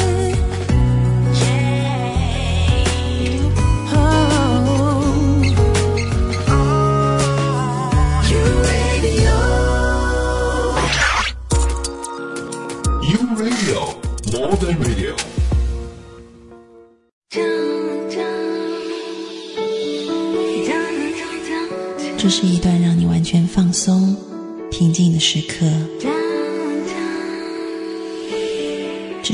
Oh. Radio, Modern Radio. 这是一段让你完全放松、平静的时刻。这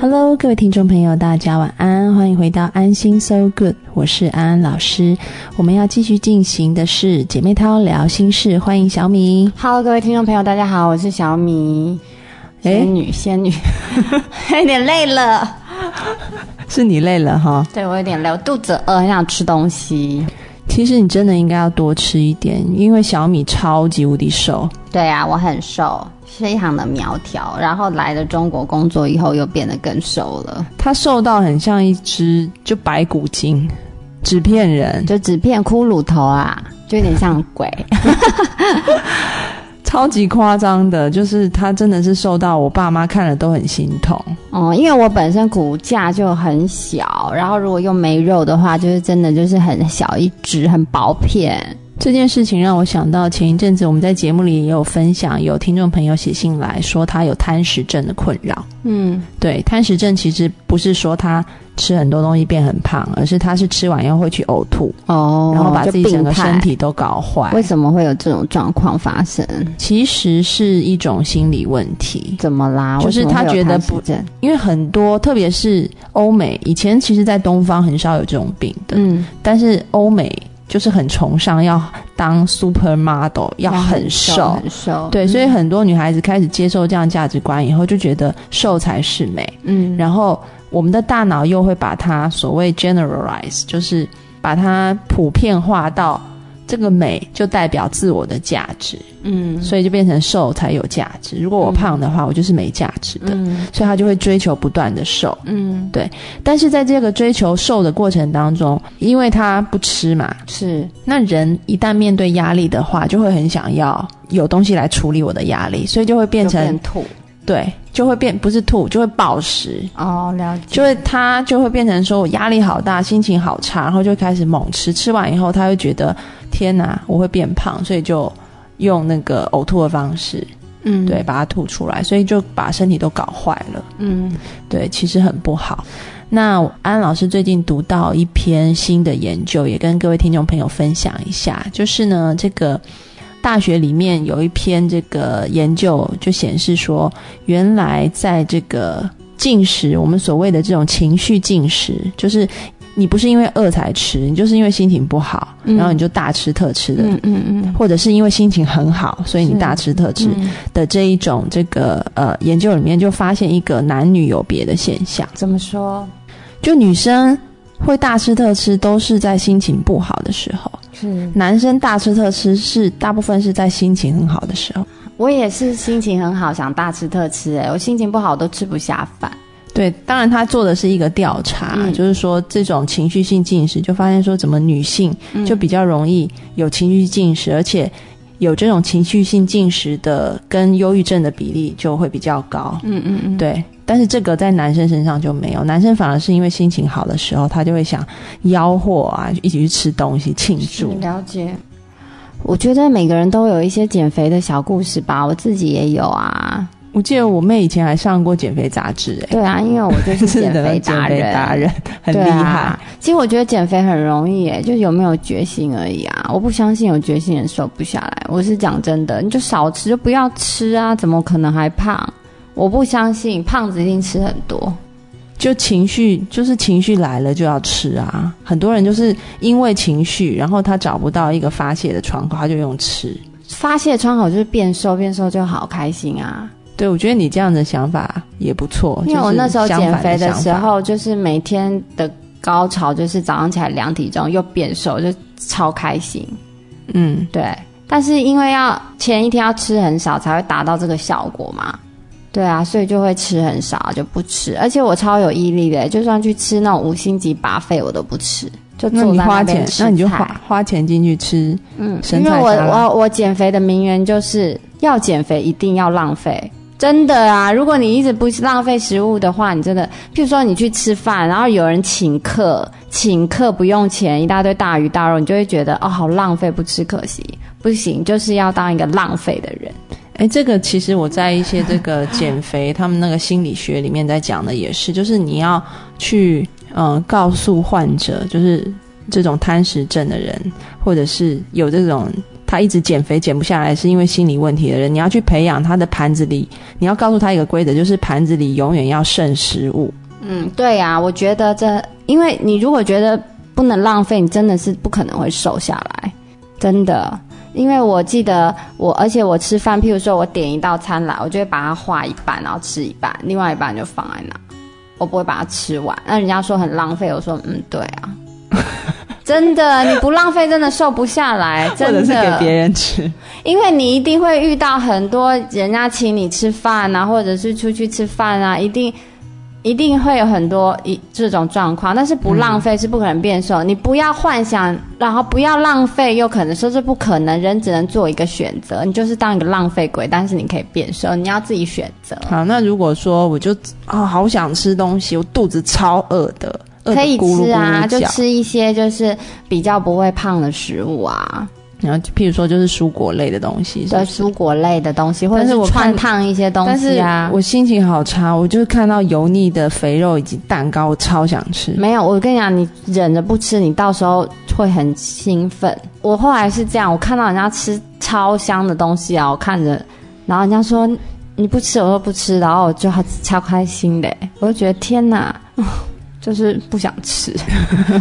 Hello，各位听众朋友，大家晚安，欢迎回到安心 So Good，我是安安老师。我们要继续进行的是姐妹淘聊心事，欢迎小米。 Hello，各位听众朋友，大家好，我是小米，诶仙女，仙女， 有点累了，是你累了哈？对我有点累，我肚子饿，很想吃东西。其实你真的应该要多吃一点，因为小米超级无敌瘦。对啊，我很瘦，非常的苗条，然后来了中国工作以后又变得更瘦了，它瘦到很像一只就白骨精，纸片人，就只片骷髅头啊，就有点像鬼。超级夸张的，就是它真的是瘦到我爸妈看了都很心痛。哦、因为我本身骨架就很小，然后如果又没肉的话，就是真的就是很小一只，很薄片。这件事情让我想到前一阵子我们在节目里也有分享，有听众朋友写信来说他有贪食症的困扰。嗯，对，贪食症其实不是说他吃很多东西变很胖，而是他是吃完以后会去呕吐，哦，然后把就自己整病个态身体都搞坏。为什么会有这种状况发生？其实是一种心理问题，怎么啦？就是为什么会有他觉得贪食不症因为很多，特别是欧美，以前其实在东方很少有这种病的，嗯，但是欧美就是很崇尚要当 super model，要很要瘦。很瘦，对，所以嗯很多女孩子开始接受这样价值观以后，就觉得瘦才是美。嗯，然后我们的大脑又会把它所谓 generalize，就是把它普遍化到这个美就代表自我的价值，嗯所以就变成瘦才有价值。如果我胖的话，我就是没价值的，嗯所以他就会追求不断的瘦。嗯但是在这个追求瘦的过程当中，因为他不吃嘛，是那人一旦面对压力的话，就会很想要有东西来处理我的压力，所以就会变成就变吐对，就会变不是吐，就会暴食，哦，了解就会他就会变成说我压力好大，心情好差，然后就开始猛吃，吃完以后他会觉得天哪，我会变胖，所以就用那个呕吐的方式，嗯对，把它吐出来，所以就把身体都搞坏了。嗯对，其实很不好。那安老师最近读到一篇新的研究，也跟各位听众朋友分享一下，就是呢，这个大学里面有一篇这个研究就显示说，原来在这个进食，我们所谓的这种情绪进食，就是你不是因为饿才吃，你就是因为心情不好，嗯然后你就大吃特吃的。嗯嗯嗯或者是因为心情很好，所以你是大吃特吃嗯的这一种这个呃研究里面，就发现一个男女有别的现象。怎么说就女生会大吃特吃，都是在心情不好的时候；是男生大吃特吃是大部分是在心情很好的时候。我也是心情很好，想大吃特吃、哎，我心情不好都吃不下饭。对，当然他做的是一个调查，嗯就是说这种情绪性进食，就发现说怎么女性嗯就比较容易有情绪进食，而且有这种情绪性进食的跟忧郁症的比例就会比较高。嗯嗯嗯，对，但是这个在男生身上就没有，男生反而是因为心情好的时候，他就会想吆喝啊，一起去吃东西庆是祝。了解。我觉得每个人都有一些减肥的小故事吧，我自己也有 啊。我记得我妹以前还上过减肥杂志、欸，对啊，因为我就 是是减的，肥减达肥人，达人很厉对害。啊。其实我觉得减肥很容易耶，就有没有决心而已啊。我不相信有决心人瘦不下来。我是讲真的，你就少吃，就不要吃啊，怎么可能还胖？我不相信，胖子一定吃很多。就情绪，就是情绪来了就要吃啊。很多人就是因为情绪，然后他找不到一个发泄的窗口，他就用吃。发泄窗口就是变瘦，变瘦就好开心啊。对，我觉得你这样的想法也不错。因为我那时候就是减相反肥的想法时，候，就是每天的高潮就是早上起来量体重又变瘦，就超开心。嗯，对，但是因为要前一天要吃很少才会达到这个效果嘛。对啊，所以就会吃很少，就不吃。而且我超有毅力的，就算去吃那种五星级拔费，我都不吃，就那坐你在花边钱，吃那你就菜花花钱进去吃，嗯，生因为菜我沙拉我我减肥的名言就是要减肥一定要浪费，真的啊！如果你一直不浪费食物的话，你真的，譬如说你去吃饭，然后有人请客，请客不用钱，一大堆大鱼大肉，你就会觉得哦，好浪费，不吃可惜。不行，就是要当一个浪费的人。哎，这个其实我在一些这个减肥，他们那个心理学里面在讲的也是，就是你要去嗯、呃告诉患者，就是这种贪食症的人，或者是有这种他一直减肥减不下来是因为心理问题的人，你要去培养他的盘子里，你要告诉他一个规则，就是盘子里永远要剩食物。嗯，对呀、我觉得这，因为你如果觉得不能浪费，你真的是不可能会瘦下来，真的。因为我记得我，而且我吃饭，譬如说我点一道餐来，我就会把它划一半，然后吃一半，另外一半就放在那，我不会把它吃完。那人家说很浪费，我说嗯，对啊， 真的，你不浪费真的瘦不下来，或真的。者是给别人吃，因为你一定会遇到很多人家请你吃饭啊，或者是出去吃饭啊，一定一定会有很多一这种状况。但是不浪费是不可能变瘦，嗯你不要幻想，然后不要浪费，又可能说是不可能，人只能做一个选择，你就是当一个浪费鬼，但是你可以变瘦，你要自己选择。好，那如果说我就啊、好想吃东西，我肚子超饿的，饿得可以咕噜咕吃噜啊，就叫吃一些就是比较不会胖的食物啊，然后譬如说就是蔬果类的东西，对蔬果类的东西，或者但是我看串烫一些东但是西啊。我心情好差，我就看到油腻的肥肉以及蛋糕，我超想吃。没有，我跟你讲，你忍着不吃，你到时候会很兴奋。我后来是这样，我看到人家吃超香的东西啊，我看着，然后人家说你不吃，我说不吃，然后我就超开心的，我就觉得天哪，就是不想吃。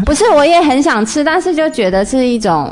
不是，我也很想吃，但是就觉得是一种。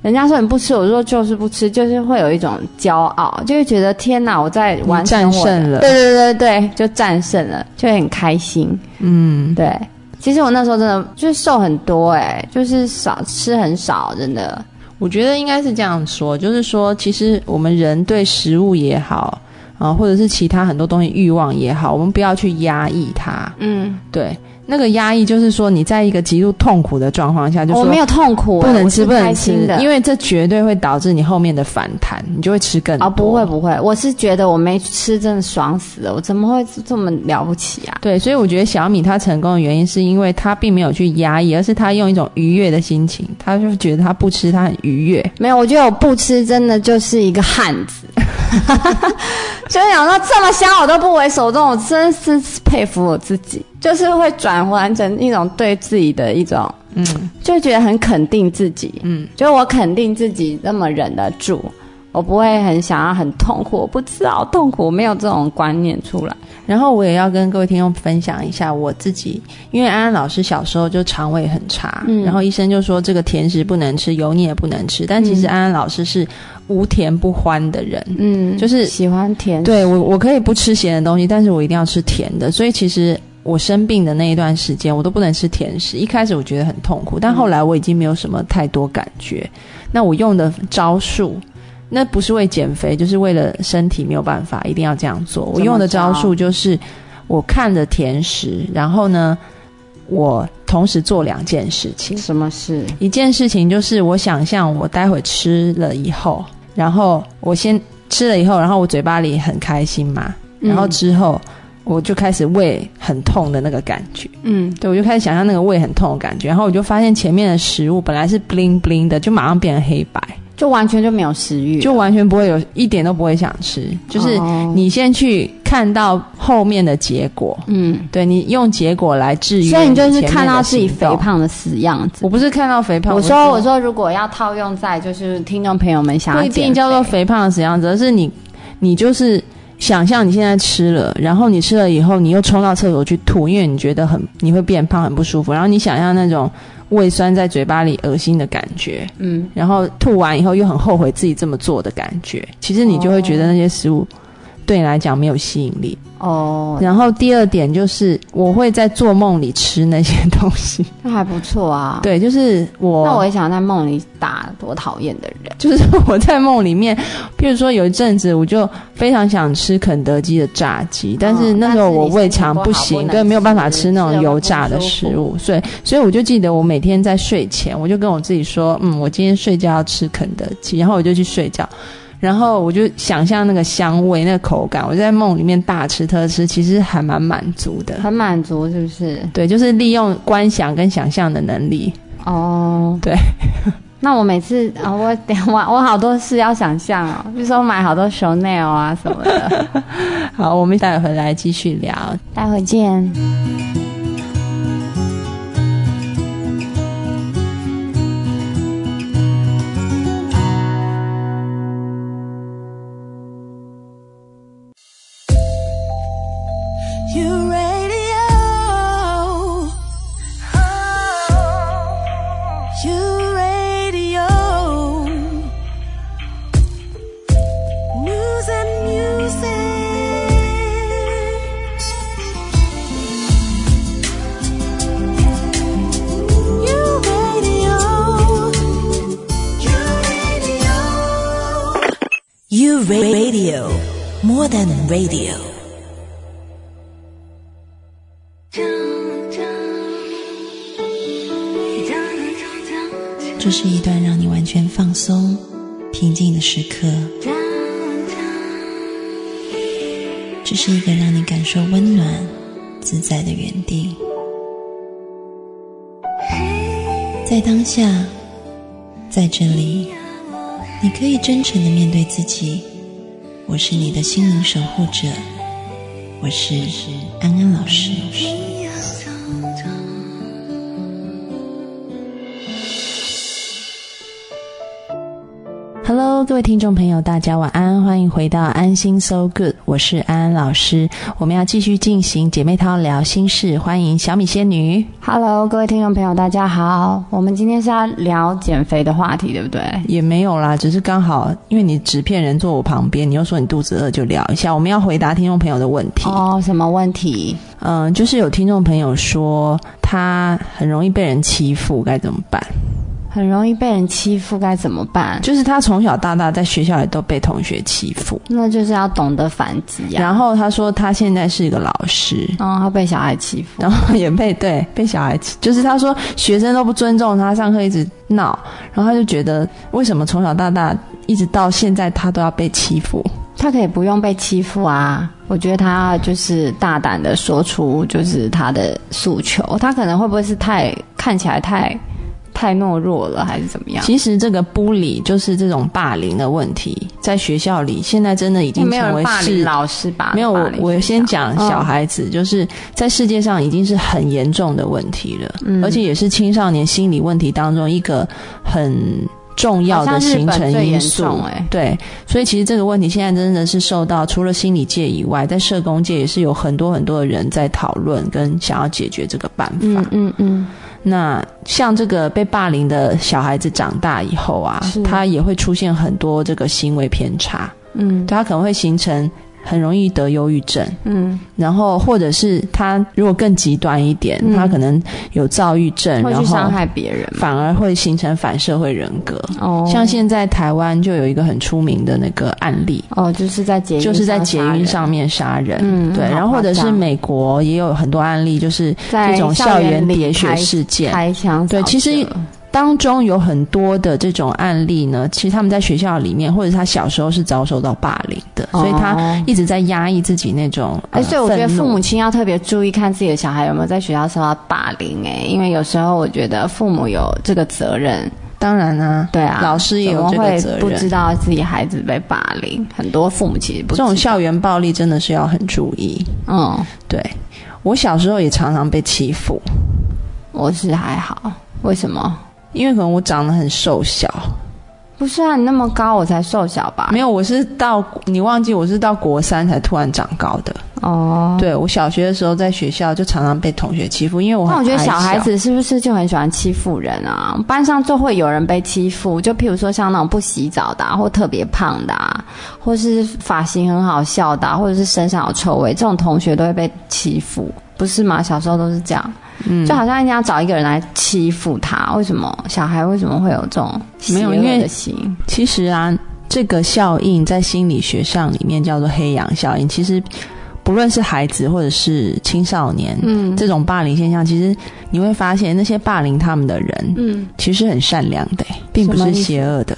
人家说你不吃，我说就是不吃，就是会有一种骄傲，就会觉得天哪，我在完成我的你战胜了对对对对，就战胜了，就会很开心。嗯，对，其实我那时候真的就是瘦很多、哎，就是少吃很少，真的。我觉得应该是这样说，就是说，其实我们人对食物也好啊，或者是其他很多东西欲望也好，我们不要去压抑它。嗯，对，那个压抑就是说，你在一个极度痛苦的状况下，就我说没有痛苦、不哎能我是吃，不能开吃心的，，因为为这绝对会导致你后面的反弹，你就会吃更多。啊，不会不会，我是觉得我没吃真的爽死了，我怎么会这么了不起啊？对，所以我觉得小米他成功的原因，是因为他并没有去压抑，而是他用一种愉悦的心情，他就觉得他不吃，他很愉悦。没有，我觉得我不吃真的就是一个汉子， 就是想到这么香我都不为所动，我真是佩服我自己，就是会转换成一种对自己的一种，嗯就觉得很肯定自己，嗯，就是我肯定自己那么忍得住，我不会很想要很痛苦，我不知道痛苦，我没有这种观念出来。然后我也要跟各位听众分享一下我自己，因为安安老师小时候就肠胃很差，嗯然后医生就说这个甜食不能吃，油腻也不能吃，但其实嗯安安老师是无甜不欢的人。嗯，就是喜欢甜，对我，我可以不吃咸的东西，但是我一定要吃甜的。所以其实我生病的那一段时间，我都不能吃甜食。一开始我觉得很痛苦，但后来我已经没有什么太多感觉。那我用的招数，那不是为减肥，就是为了身体没有办法，一定要这样做。我怎么用的招招数就是，我看着甜食，然后呢，我同时做两件事情。什么事？一件事情就是，我想象我待会吃了以后，然后我先吃了以后，然后我嘴巴里很开心嘛，嗯然后之后我就开始胃很痛的那个感觉，嗯，对我就开始想象那个胃很痛的感觉，然后我就发现前面的食物本来是 bling bling 的，就马上变成黑白，就完全就没有食欲，就完全不会有一点都不会想吃，就是哦你先去看到后面的结果，嗯，对你用结果来治愈，所以你就是看到自己肥。胖的死样子。我不是看到肥胖，我是说，我说，如果要套用在就是听众朋友们想要不一定减叫做肥肥胖的死样子，而是你，你就是想象你现在吃了，然后你吃了以后，你又冲到厕所去吐，因为你觉得很你会变胖，很不舒服，然后你想象那种胃酸在嘴巴里恶心的感觉，嗯，然后吐完以后又很后悔自己这么做的感觉，其实你就会觉得那些食物对你来讲没有吸引力。哦，然后第二点就是我会在做梦里吃那些东西。那还不错啊。，对，就是我，哦那我也想在梦里打多讨厌的人。 就是我在梦里面，譬如说有一阵子我就非常想吃肯德基的炸鸡，但是嗯那时候我胃肠不但是你身体不行，好不能跟没有办法吃吃那种油炸的吃食了会物，所以所以我就记得我每天在睡前，我就跟我自己说，嗯，我今天睡觉要吃肯德基，然后我就去睡觉。然后我就想象那个香味、那个口感，我就在梦里面大吃特吃，其实还蛮满足的。很满足是不是？对，就是利用观想跟想象的能力。哦，对。那我每次啊、我等我我好多事要想象哦，比如说买好多 Chanel 啊什么 的。好，我们待会回来继续聊。待会见。 You radio. You Oh. radio. News and music. You radio. You radio. You ra- radio. More than radio. 这是一段让你完全放松、平静的时刻。这是一个让你感受温暖、自在的园地。在当下，在这里，你可以真诚的面对自己。我是你的心灵守护者，我是安安老师。 Hello，各位听众朋友，大家晚安，欢迎回到安心 So Good，我是安安老师。我们要继续进行姐妹淘聊心事，欢迎小米仙女。 Hello，各位听众朋友，大家好。我们今天是要聊减肥的话题，对不对？也没有啦，只是刚好因为你纸片人坐我旁边，你又说你肚子饿，就聊一下。我们要回答听众朋友的问题。哦，什么问题？嗯、就是有听众朋友说他很容易被人欺负，该怎么办？很容易被人欺负，该怎么办？就是他从小到大在学校里都被同学欺负，那就是要懂得反击呀、然后他说他现在是一个老师，嗯，他被小孩欺负，然后也被对被小孩欺，就是他说学生都不尊重他，上课一直闹，然后他就觉得为什么从小到大一直到现在他都要被欺负？他可以不用被欺负啊。我觉得他就是大胆的说出就是他的诉求，他可能会不会是太看起来太太懦弱了，还是怎么样？其实这个不理就是这种霸凌的问题，在学校里现在真的已经没有成人为霸凌是。老师吧？没有，霸我凌我学先校讲嗯小孩子，就是在世界上已经是很严重的问题了，嗯而且也是青少年心理问题当中一个很重要好的像日形本成最因严素。重欸对，所以其实这个问题现在真的是受到除了心理界以外，在社工界也是有很多很多的人在讨论跟想要解决这个办法。嗯嗯嗯，那像这个被霸凌的小孩子长大以后啊是，他也会出现很多这个行为偏差，嗯对他可能会形成很容易得忧郁症。嗯，然后或者是他如果更极端一点，嗯他可能有躁郁症，会然去伤后害别人嘛。反而会形成反社会人格。哦像现在台湾就有一个很出名的那个案例，哦，就是在捷运就是在捷杀运人上，面杀人。嗯，对，好然后或者夸是张美国也有很多案例，就是在这种校校园里喋血开事件。开枪扫射，对其实当中有很多的这种案例呢，其实他们在学校里面，或者他小时候是遭受到霸凌的，所以他哦一直在压抑自己那种。哎，呃所以我觉得愤怒父母亲要特别注意看自己的小孩有没有在学校受到霸凌，哎，因为有时候我觉得父母有这个责任，当然啊，对啊，老师也怎么有这个责会不知任。道自己孩子被霸凌，很多父母其实不这知道种校园暴力真的是要很注意。嗯，对我小时候也常常被欺负，我是还好，为什么？因为可能我长得很瘦小，不是啊，你那么高，我才瘦小吧？没有，我是到你忘记我是到国三才突然长高的。哦，对我小学的时候在学校就常常被同学欺负，因为我很那我觉得矮小孩子是不是就很喜欢欺负人啊？班上就会有人被欺负，就譬如说像那种不洗澡的、啊，或特别胖的、啊，或是发型很好笑的、啊，或者是身上有臭味，这种同学都会被欺负，不是吗？小时候都是这样，嗯就好像一定要找一个人来欺负他。为什么小孩为什么会有这种没有邪恶因为的心？其实啊，这个效应在心理学上里面叫做黑羊效应。其实，不论是孩子或者是青少年，嗯这种霸凌现象，其实你会发现那些霸凌他们的人，嗯，其实很善良的、欸并不什么是意思邪恶的。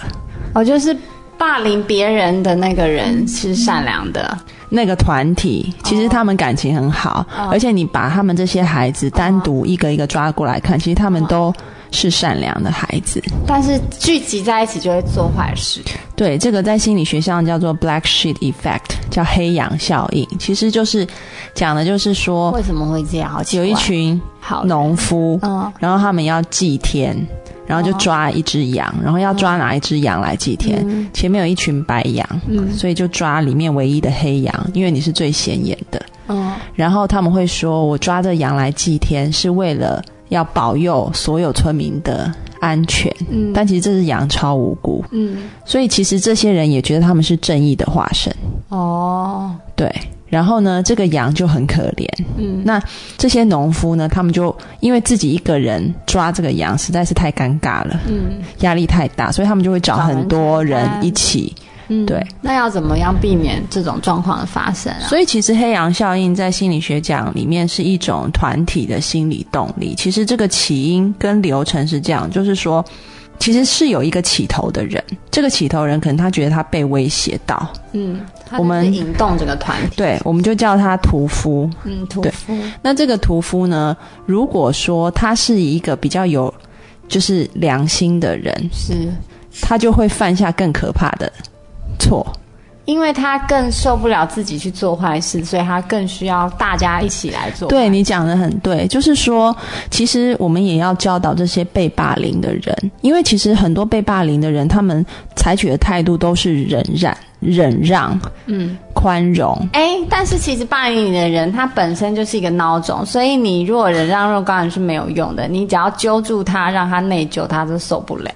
我哦就是霸凌别人的那个人是善良的，那个团体其哦实他们感情很好，而且你把他们这些孩子单独一个一个抓过来看，其实他哦们都是善良的孩子。但是聚集在一起就会做坏事。对，这个在心理学上叫做 black sheep effect，叫黑羊效应，其实就是讲的就是说，为什么会这样？好奇有一怪群好人农夫，嗯然后他们要祭天，然后就抓一只羊，嗯然后要抓哪一只羊来祭天？前面有一群白羊，嗯所以就抓里面唯一的黑羊，因为你是最显眼的。嗯然后他们会说：“我抓着羊来祭天，是为了要保佑所有村民的安全。”嗯但其实这只羊超无辜，嗯所以其实这些人也觉得他们是正义的化身。哦对，然后呢，这个羊就很可怜。嗯，那这些农夫呢，他们就因为自己一个人抓这个羊实在是太尴尬了，嗯压力太大，所以他们就会找找人很多承人担一起。嗯对，那要怎么样避免这种状况的发生啊？所以其实黑羊效应在心理学讲里面是一种团体的心理动力。其实这个起因跟流程是这样，就是说。其实是有一个起头的人，这个起头人可能他觉得他被威胁到，嗯，它我们就是引动这个团体，对，我们就叫他屠夫。嗯，屠对夫，那这个屠夫呢，如果说他是一个比较有就是良心的人，是他就会犯下更可怕的错。因为他更受不了自己去做坏事，所以他更需要大家一起来做。对你讲的很对，就是说，其实我们也要教导这些被霸凌的人，因为其实很多被霸凌的人，他们采取的态度都是忍让、忍让、嗯，宽容。哎，但是其实霸凌你的人，他本身就是一个孬种，所以你如果忍让若干人是没有用的，你只要揪住他，让他内疚，他就受不了。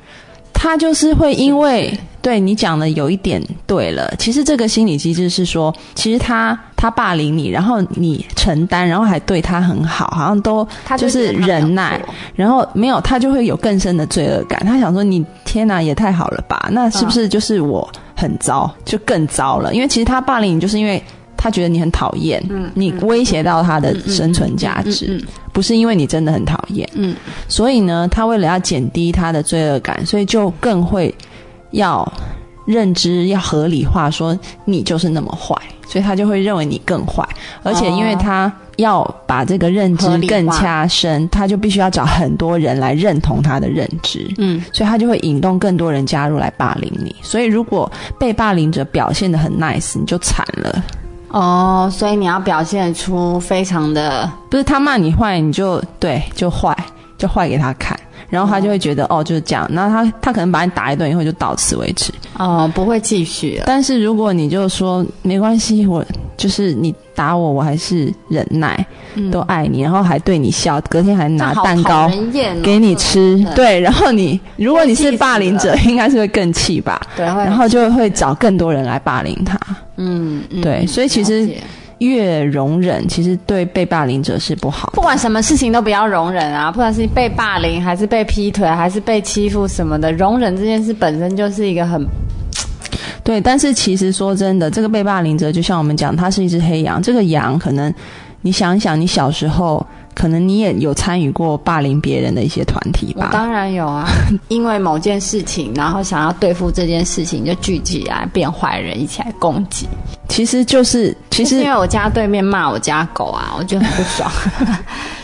他就是会因为对你讲的有一点对了，其实这个心理机制是说，其实他他霸凌你，然后你承担，然后还对他很好，好像都他就觉是得他没有忍耐错，然后没有他就会有更深的罪恶感。他想说你天哪，也太好了吧？那是不是就是我很糟，就更糟了？因为其实他霸凌你，就是因为他觉得你很讨厌，你威胁到他的生存价值，不是因为你真的很讨厌。嗯所以呢，他为了要减低他的罪恶感，所以就更会要认知要合理化，说你就是那么坏，所以他就会认为你更坏。而且因为他要把这个认知哦合理化更加深，他就必须要找很多人来认同他的认知。嗯，所以他就会引动更多人加入来霸凌你。所以如果被霸凌者表现的很 nice，你就惨了。哦，所以你要表现出非常的不是他骂你坏，你就对就坏，就坏给他看，然后他就会觉得嗯哦就是这样，然后他他可能把你打一顿以后就到此为止。哦，不会继续了。但是如果你就说没关系，我就是你打我，我还是忍耐，都爱你，然后还对你笑，隔天还嗯拿这好蛋讨糕。人厌哦给你吃，对，然后你如果你气是死霸凌者，应该是会更气吧，对，会然后就会找更多人来霸凌他。嗯嗯对所以其实了解越容忍，其实对被霸凌者是不好的不。管什么事情都不要容忍啊，不管是被霸凌，还是被劈腿，还是被欺负什么的，容忍这件事本身就是一个很对，但是其实说真的，这个被霸凌者就像我们讲，它是一只黑羊。这个羊可能，你想一想，你小时候可能你也有参与过霸凌别人的一些团体我吧？当然有啊，因为某件事情，然后想要对付这件事情，就聚集来变坏人，一起来攻击。其实就是，其就是实因为我家对面骂我家狗啊，我就很不爽，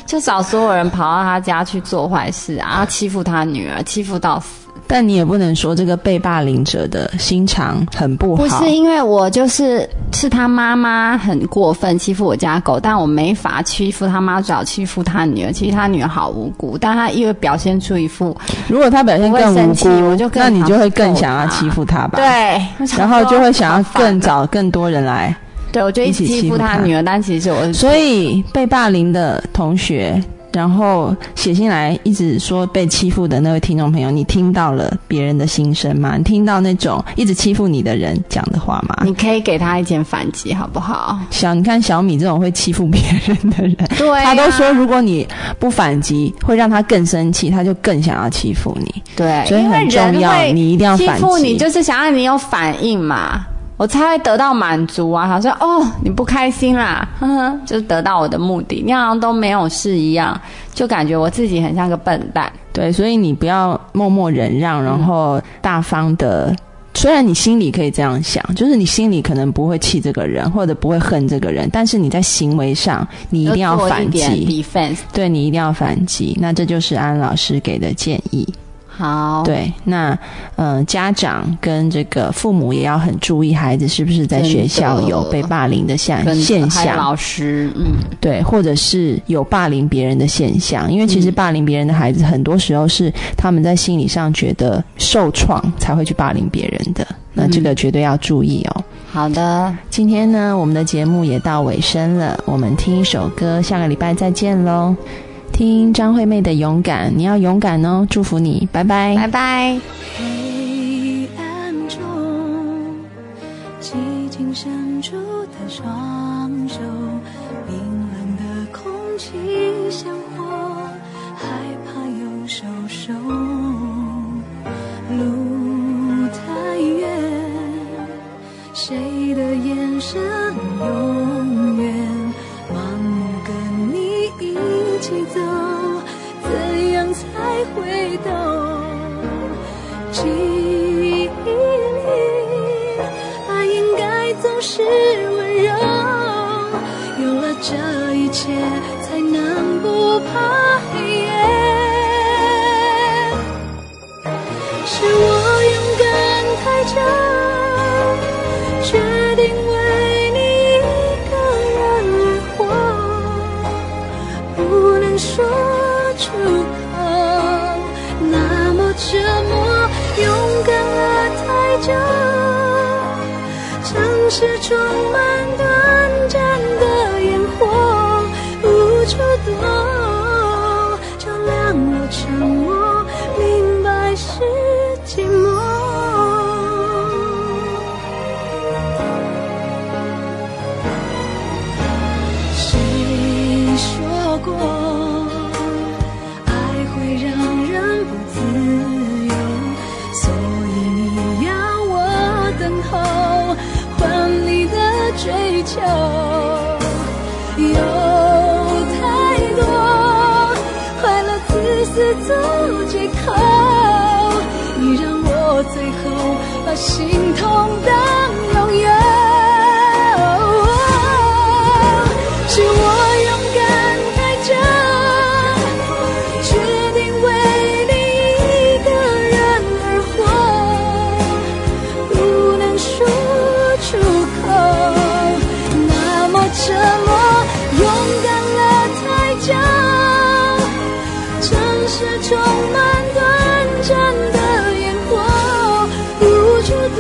就找所有人跑到他家去做坏事啊，然后欺负他女儿，欺负到死。但你也不能说这个被霸凌者的心肠很不好。不是因为我就是是他妈妈很过分欺负我家狗，但我没法欺负他妈，只好欺负他女儿。其实他女儿好无辜，但他因为表现出一副如果他表现更我会无生气我就辜，更那你就想会揍更想要他 欺负他吧？对，然后就会想要好烦更找更多人来对我就一一直起欺欺负负他他女儿，但其实我是所以被霸凌的同学，然后写信来一直说被欺负的那位听众朋友，你听到了别人的心声吗？你听到那种一直欺负你的人讲的话吗？你可以给他一点反击，好不好？小，你看小米这种会欺负别人的人，对啊、他都说如果你不反击，会让他更生气，他就更想要欺负你。对，所以因为很重人要会你一定要欺反负击你，就是想让你有反应嘛，我才会得到满足啊。好像哦，你不开心啦， 呵呵，就是得到我的目的，你好像都没有事一样，就感觉我自己很像个笨蛋。对，所以你不要默默忍让，然后大方的。虽然你心里可以这样想，就是你心里可能不会气这个人，或者不会恨这个人，但是你在行为上，你一定要就做反点击， defense。对你一定要反击。那这就是安老师给的建议。好，，对，那嗯、呃家长跟这个父母也要很注意孩子是不是在真的学校有被霸凌的现跟现还有象。老师，嗯，对，或者是有霸凌别人的现象，因为其实嗯霸凌别人的孩子，很多时候是他们在心理上觉得受创才会去霸凌别人的，那这个绝对要注意哦。好的，今天呢，我们的节目也到尾声了，我们听一首歌，下个礼拜再见喽。听张惠妹的《勇敢》，你要勇敢哦，祝福你，拜拜。拜拜。黑暗中，寂静深处的双手，冰冷的空气像火，害怕又收手。路太远，谁的眼神永远盲目跟你一起走，怎样才会懂？记忆里，爱应该总是温柔。有了这一切，才能不怕黑夜。是我勇敢太久，决定为你一个人而活，不能说出口，那么折磨。勇敢了太久，城市充满短暂的烟火，无处躲，照亮我沉默，明白是寂寞。谁说过爱会让人不自由？所以你要我等候，换你的追求。有太多快乐自私做借口，你让我最后把心痛当拥有。是我勇敢太久，决定为你一个人而活，不能说出口，那么折磨。勇敢了太久，城市充满短暂的烟火，无处躲。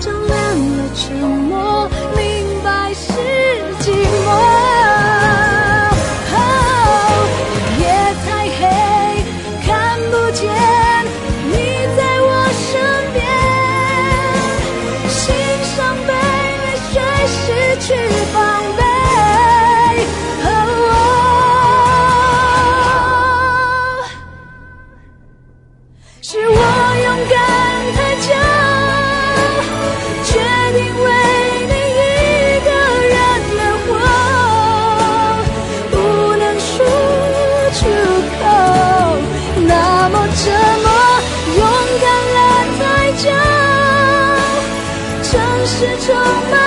照亮了沉默，明白是寂寞。哦夜太黑，看不见你在我身边，心伤悲，泪水失去防备。哦是我勇敢太久，决定为你一个人而活，不能说出口，那么折磨。勇敢了太久，城市充满。